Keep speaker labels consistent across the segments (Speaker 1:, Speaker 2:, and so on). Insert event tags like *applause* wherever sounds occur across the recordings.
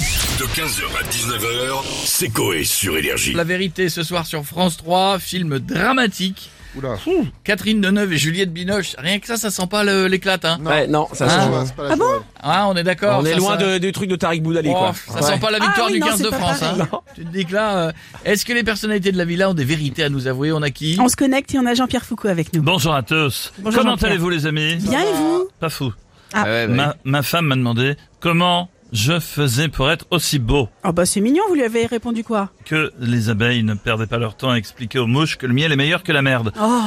Speaker 1: De 15h à 19h, c'est Coé sur Énergie.
Speaker 2: La vérité ce soir sur France 3, film dramatique.
Speaker 3: Oula.
Speaker 2: Ouh, Catherine Deneuve et Juliette Binoche, rien que ça, ça sent pas le- l'éclate. Hein.
Speaker 4: Ouais, non, ça
Speaker 2: Ah,
Speaker 4: change.
Speaker 2: ouais.
Speaker 3: c'est pas la joie.
Speaker 2: Ah, on est d'accord.
Speaker 4: on est
Speaker 2: ça,
Speaker 4: loin
Speaker 2: ça-
Speaker 4: de- du truc de Tariq Boudali,
Speaker 2: Oh,
Speaker 4: quoi.
Speaker 2: ça sent pas la victoire
Speaker 5: Ah oui,
Speaker 2: du
Speaker 5: non,
Speaker 2: 15 de
Speaker 5: c'est pas
Speaker 2: France. hein. Tu te dis que là, euh, est-ce que les personnalités de la villa ont des vérités à nous avouer On a qui
Speaker 5: On se connecte et on a Jean-Pierre Foucault avec nous.
Speaker 6: Bonjour à tous.
Speaker 5: Bonjour,
Speaker 6: comment
Speaker 5: Jean-Pierre.
Speaker 6: allez-vous les amis
Speaker 5: Bien et vous
Speaker 6: Pas fou.
Speaker 5: Ah.
Speaker 2: ouais, ouais.
Speaker 6: Ma, ma femme m'a demandé comment je faisais pour être aussi beau
Speaker 5: Oh bah c'est mignon, vous lui avez répondu quoi
Speaker 6: que les abeilles ne perdaient pas leur temps à expliquer aux mouches que le miel est meilleur que la merde.
Speaker 5: Oh,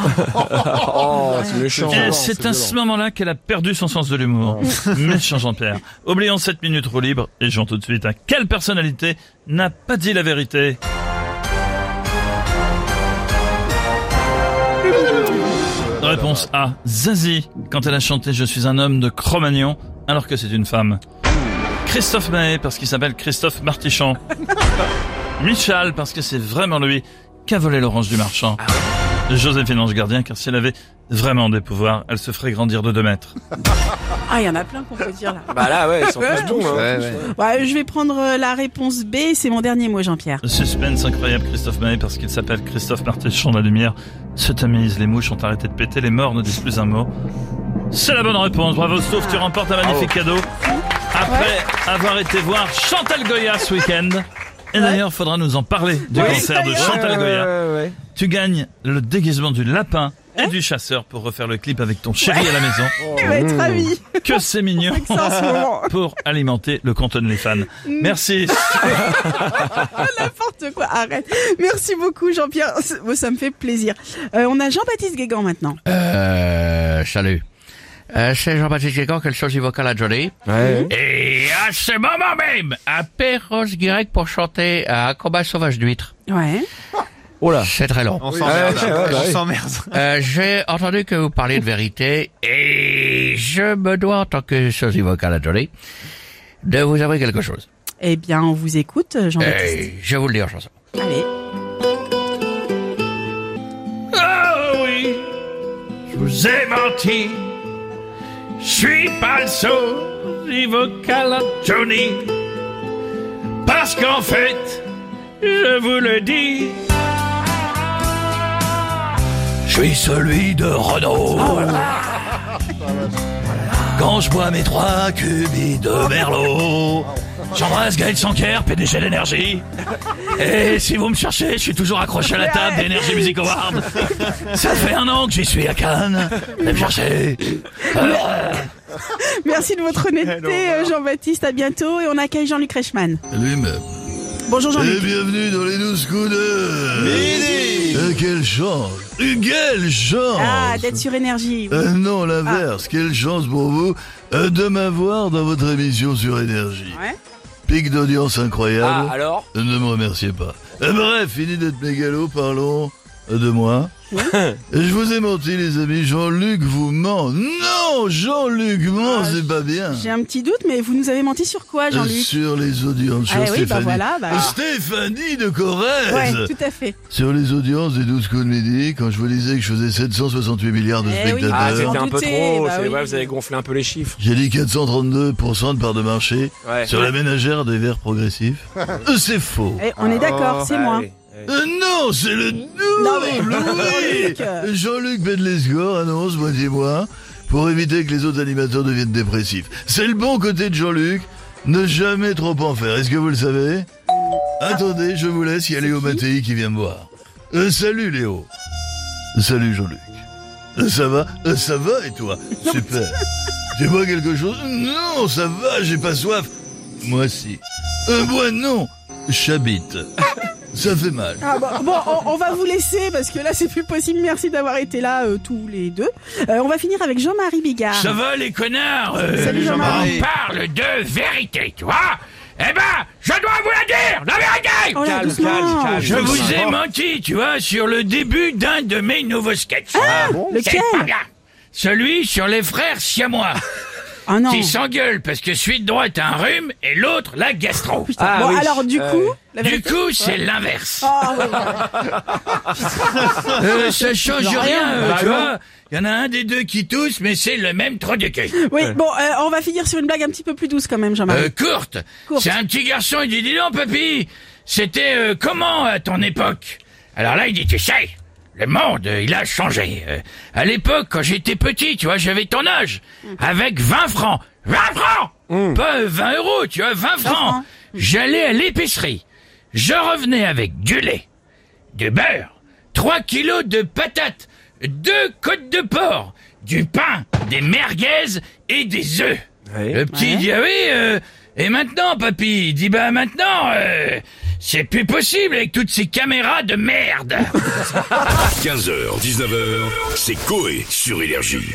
Speaker 4: Oh, c'est méchant.
Speaker 6: Et
Speaker 3: violent,
Speaker 6: Eh, c'est
Speaker 3: c'est
Speaker 6: à
Speaker 3: violent.
Speaker 6: ce moment-là qu'elle a perdu son sens de l'humour. *laughs* Méchant Jean-Pierre. Oublions cette minute roue libre et j'en tout de suite à quelle personnalité n'a pas dit la vérité Réponse A. Zazie, quand elle a chanté Je suis un homme de Cro-Magnon, alors que c'est une femme. Christophe Maé, parce qu'il s'appelle
Speaker 3: *laughs*
Speaker 6: Christophe Martichon. Michal, parce que c'est vraiment lui qu'a volé l'orange du marchand. Joséphine Ange Gardien, car si elle avait vraiment des pouvoirs, elle se ferait grandir de 2 mètres.
Speaker 5: ah il y en a plein qu'on peut
Speaker 6: *laughs*
Speaker 5: dire là.
Speaker 4: Bah là, ouais, ils sont tous bons, hein.
Speaker 5: Ouais, je vais prendre euh, la réponse B, c'est mon dernier mot Jean-Pierre.
Speaker 6: Suspense incroyable, Christophe Maé, parce qu'il s'appelle Christophe Martichon de la Lumière, se tamise, les mouches ont arrêté de péter, les morts ne disent plus un mot. C'est la bonne réponse, bravo Sauf, tu remportes un magnifique cadeau. Après avoir été voir Chantal Goya ce week-end, et d'ailleurs, faudra nous en parler du
Speaker 4: Oui,
Speaker 6: concert de
Speaker 4: Ouais,
Speaker 6: Chantal
Speaker 4: ouais,
Speaker 6: Goya.
Speaker 4: ouais, ouais.
Speaker 6: Tu gagnes le déguisement du lapin et du chasseur pour refaire le clip avec ton chéri à la maison.
Speaker 5: Il va
Speaker 6: Mmh.
Speaker 5: être
Speaker 6: *laughs*
Speaker 5: ravi
Speaker 6: Que c'est mignon
Speaker 5: avec ça en ce moment. *laughs*
Speaker 6: pour alimenter le canton les fans. Merci.
Speaker 5: N'importe quoi, arrête. Merci beaucoup Jean-Pierre, Oh, ça me fait plaisir. Euh, on a Jean-Baptiste Guégan maintenant.
Speaker 2: Euh, salut. Euh, c'est Jean-Baptiste Guégan, quelle chose évoque la Johnny.
Speaker 4: Ouais.
Speaker 2: Et à ce moment même, à Perros Guirec pour chanter un combat sauvage d'huîtres.
Speaker 5: Ouais.
Speaker 4: Oh là.
Speaker 2: C'est très long.
Speaker 3: On s'emmerde.
Speaker 4: Ouais, ouais, ouais,
Speaker 3: on
Speaker 4: ouais.
Speaker 3: s'emmerde.
Speaker 2: Euh, J'ai entendu que vous parliez de vérité et je me dois, en tant que sosie vocale à Johnny, de vous avouer quelque chose.
Speaker 5: Eh bien on vous écoute euh, Jean-Baptiste.
Speaker 2: Et je vous le dis en chanson.
Speaker 5: Allez.
Speaker 2: Ah oui, je vous ai menti. Je suis pas le sourd, il vocal à Johnny. Parce qu'en fait, je vous le dis. Je suis celui de Renault. Quand je bois mes trois cubis de Merlot, j'embrasse Gaël Sanker, PDG d'énergie. Et si vous me cherchez, je suis toujours accroché à la table d'Energy Music Award. Ça fait un an que j'y suis à Cannes. Venez me chercher.
Speaker 5: Merci de votre honnêteté euh, Jean-Baptiste, à bientôt et on accueille Jean-Luc Reichmann.
Speaker 2: Salut,
Speaker 5: Bonjour Jean-Luc.
Speaker 7: bienvenue dans les 12 coups de... Euh, quelle chance Euh, Quelle chance
Speaker 5: Ah, d'être sur énergie.
Speaker 7: Euh, Non,
Speaker 5: Ah.
Speaker 7: l'inverse. Quelle chance pour vous euh, de m'avoir dans votre émission sur Énergie.
Speaker 5: Ouais.
Speaker 7: Pic d'audience incroyable.
Speaker 4: Ah, alors
Speaker 7: Euh, Ne me remerciez pas. Euh, bref, fini d'être mégalo, parlons euh, de moi. *laughs* Je vous ai menti, les amis. Jean-Luc vous ment. Non, Jean-Luc ment,
Speaker 5: Ah,
Speaker 7: c'est pas bien.
Speaker 5: J'ai un petit doute, mais vous nous avez menti sur quoi,
Speaker 7: Euh,
Speaker 5: Jean-Luc
Speaker 7: Sur les
Speaker 6: Euh,
Speaker 7: audiences, sur
Speaker 5: Ah oui,
Speaker 7: Stéphanie.
Speaker 5: bah voilà, bah.
Speaker 7: Euh, Stéphanie de Corrèze
Speaker 5: Ouais, tout à fait.
Speaker 7: Sur les audiences des 12 coups de midi, quand je vous disais que je faisais 768 milliards de
Speaker 5: Eh oui.
Speaker 4: Ah,
Speaker 5: Euh,
Speaker 7: spectateurs,
Speaker 4: c'était
Speaker 5: j'en
Speaker 4: un peu
Speaker 5: doutais,
Speaker 4: trop.
Speaker 5: bah
Speaker 4: c'est-
Speaker 5: oui.
Speaker 4: ouais, vous avez gonflé un peu les chiffres.
Speaker 7: j'ai dit 432% de part de marché
Speaker 4: Ouais.
Speaker 7: sur la ménagère des
Speaker 4: *laughs*
Speaker 7: verts progressifs. Euh, c'est faux.
Speaker 5: Eh, on est d'accord, c'est moi.
Speaker 4: Allez, allez.
Speaker 7: Euh, non, c'est le double,
Speaker 5: Jean-Luc, euh,
Speaker 7: oui Jean-Luc Bedlesgore annonce moitié-moi pour éviter que les autres animateurs deviennent dépressifs. C'est le bon côté de Jean-Luc, ne jamais trop en faire. Est-ce que vous le savez Attendez, je vous laisse y aller au Mattei qui vient me voir. Euh, salut Léo. Salut Jean-Luc. Euh, Ça va Euh, Ça va et toi Super. Tu bois quelque chose Non, ça va, j'ai pas soif. Moi si. Euh, moi non, j'habite. Ça fait mal.
Speaker 5: Ah, bon, bon, on, on va vous laisser parce que là, c'est plus possible. Merci d'avoir été là euh, tous les deux. Euh, on va finir avec Jean-Marie Bigard.
Speaker 2: Ça va, les connards euh,
Speaker 5: Salut, Jean-Marie.
Speaker 2: On parle de vérité, tu vois Eh ben, je dois vous la dire, la vérité
Speaker 5: Oh là,
Speaker 4: Calme,
Speaker 5: doucement.
Speaker 4: calme, calme.
Speaker 2: Je vous ai menti, tu vois, sur le début d'un de mes nouveaux sketchs. Ah,
Speaker 5: Lequel
Speaker 2: C'est pas bien. Celui sur les frères siamois.
Speaker 5: Ah non.
Speaker 2: qui s'engueulent parce que celui de droite a un rhume et l'autre la gastro.
Speaker 5: Putain.
Speaker 4: Ah
Speaker 5: bon,
Speaker 4: oui.
Speaker 5: alors du
Speaker 4: Euh,
Speaker 5: coup, la
Speaker 2: Du
Speaker 5: vérité-
Speaker 2: coup, c'est l'inverse.
Speaker 5: Ah, ouais, ouais.
Speaker 2: Euh, ça change
Speaker 5: Rien.
Speaker 2: rien, euh,
Speaker 4: Bah
Speaker 2: tu
Speaker 4: non.
Speaker 2: vois. Il y en a un des deux qui tousse, mais c'est le même trou de cul.
Speaker 5: Oui, bon, euh, on va finir sur une blague un petit peu plus douce quand même, Jean-Marie.
Speaker 2: Euh, courte.
Speaker 5: Courte.
Speaker 2: C'est un petit garçon, il dit, dis donc, papy, c'était euh, comment à ton époque Alors là, il dit, tu sais, le monde, euh, il a changé. Euh, à l'époque, quand j'étais petit, tu vois, j'avais ton âge, avec 20 francs. 20 francs Pas euh, 20 euros, tu vois, 20, francs.
Speaker 5: francs.
Speaker 2: J'allais à l'épicerie. Je revenais avec du lait, du beurre, 3 kilos de patates, deux côtes de porc, du pain, des merguez et des œufs. Le petit
Speaker 5: Ouais.
Speaker 2: dit ah oui euh, et maintenant papy il dit bah maintenant euh, c'est plus possible avec toutes ces caméras de merde.
Speaker 1: 15h, 19h, c'est Coé sur Énergie.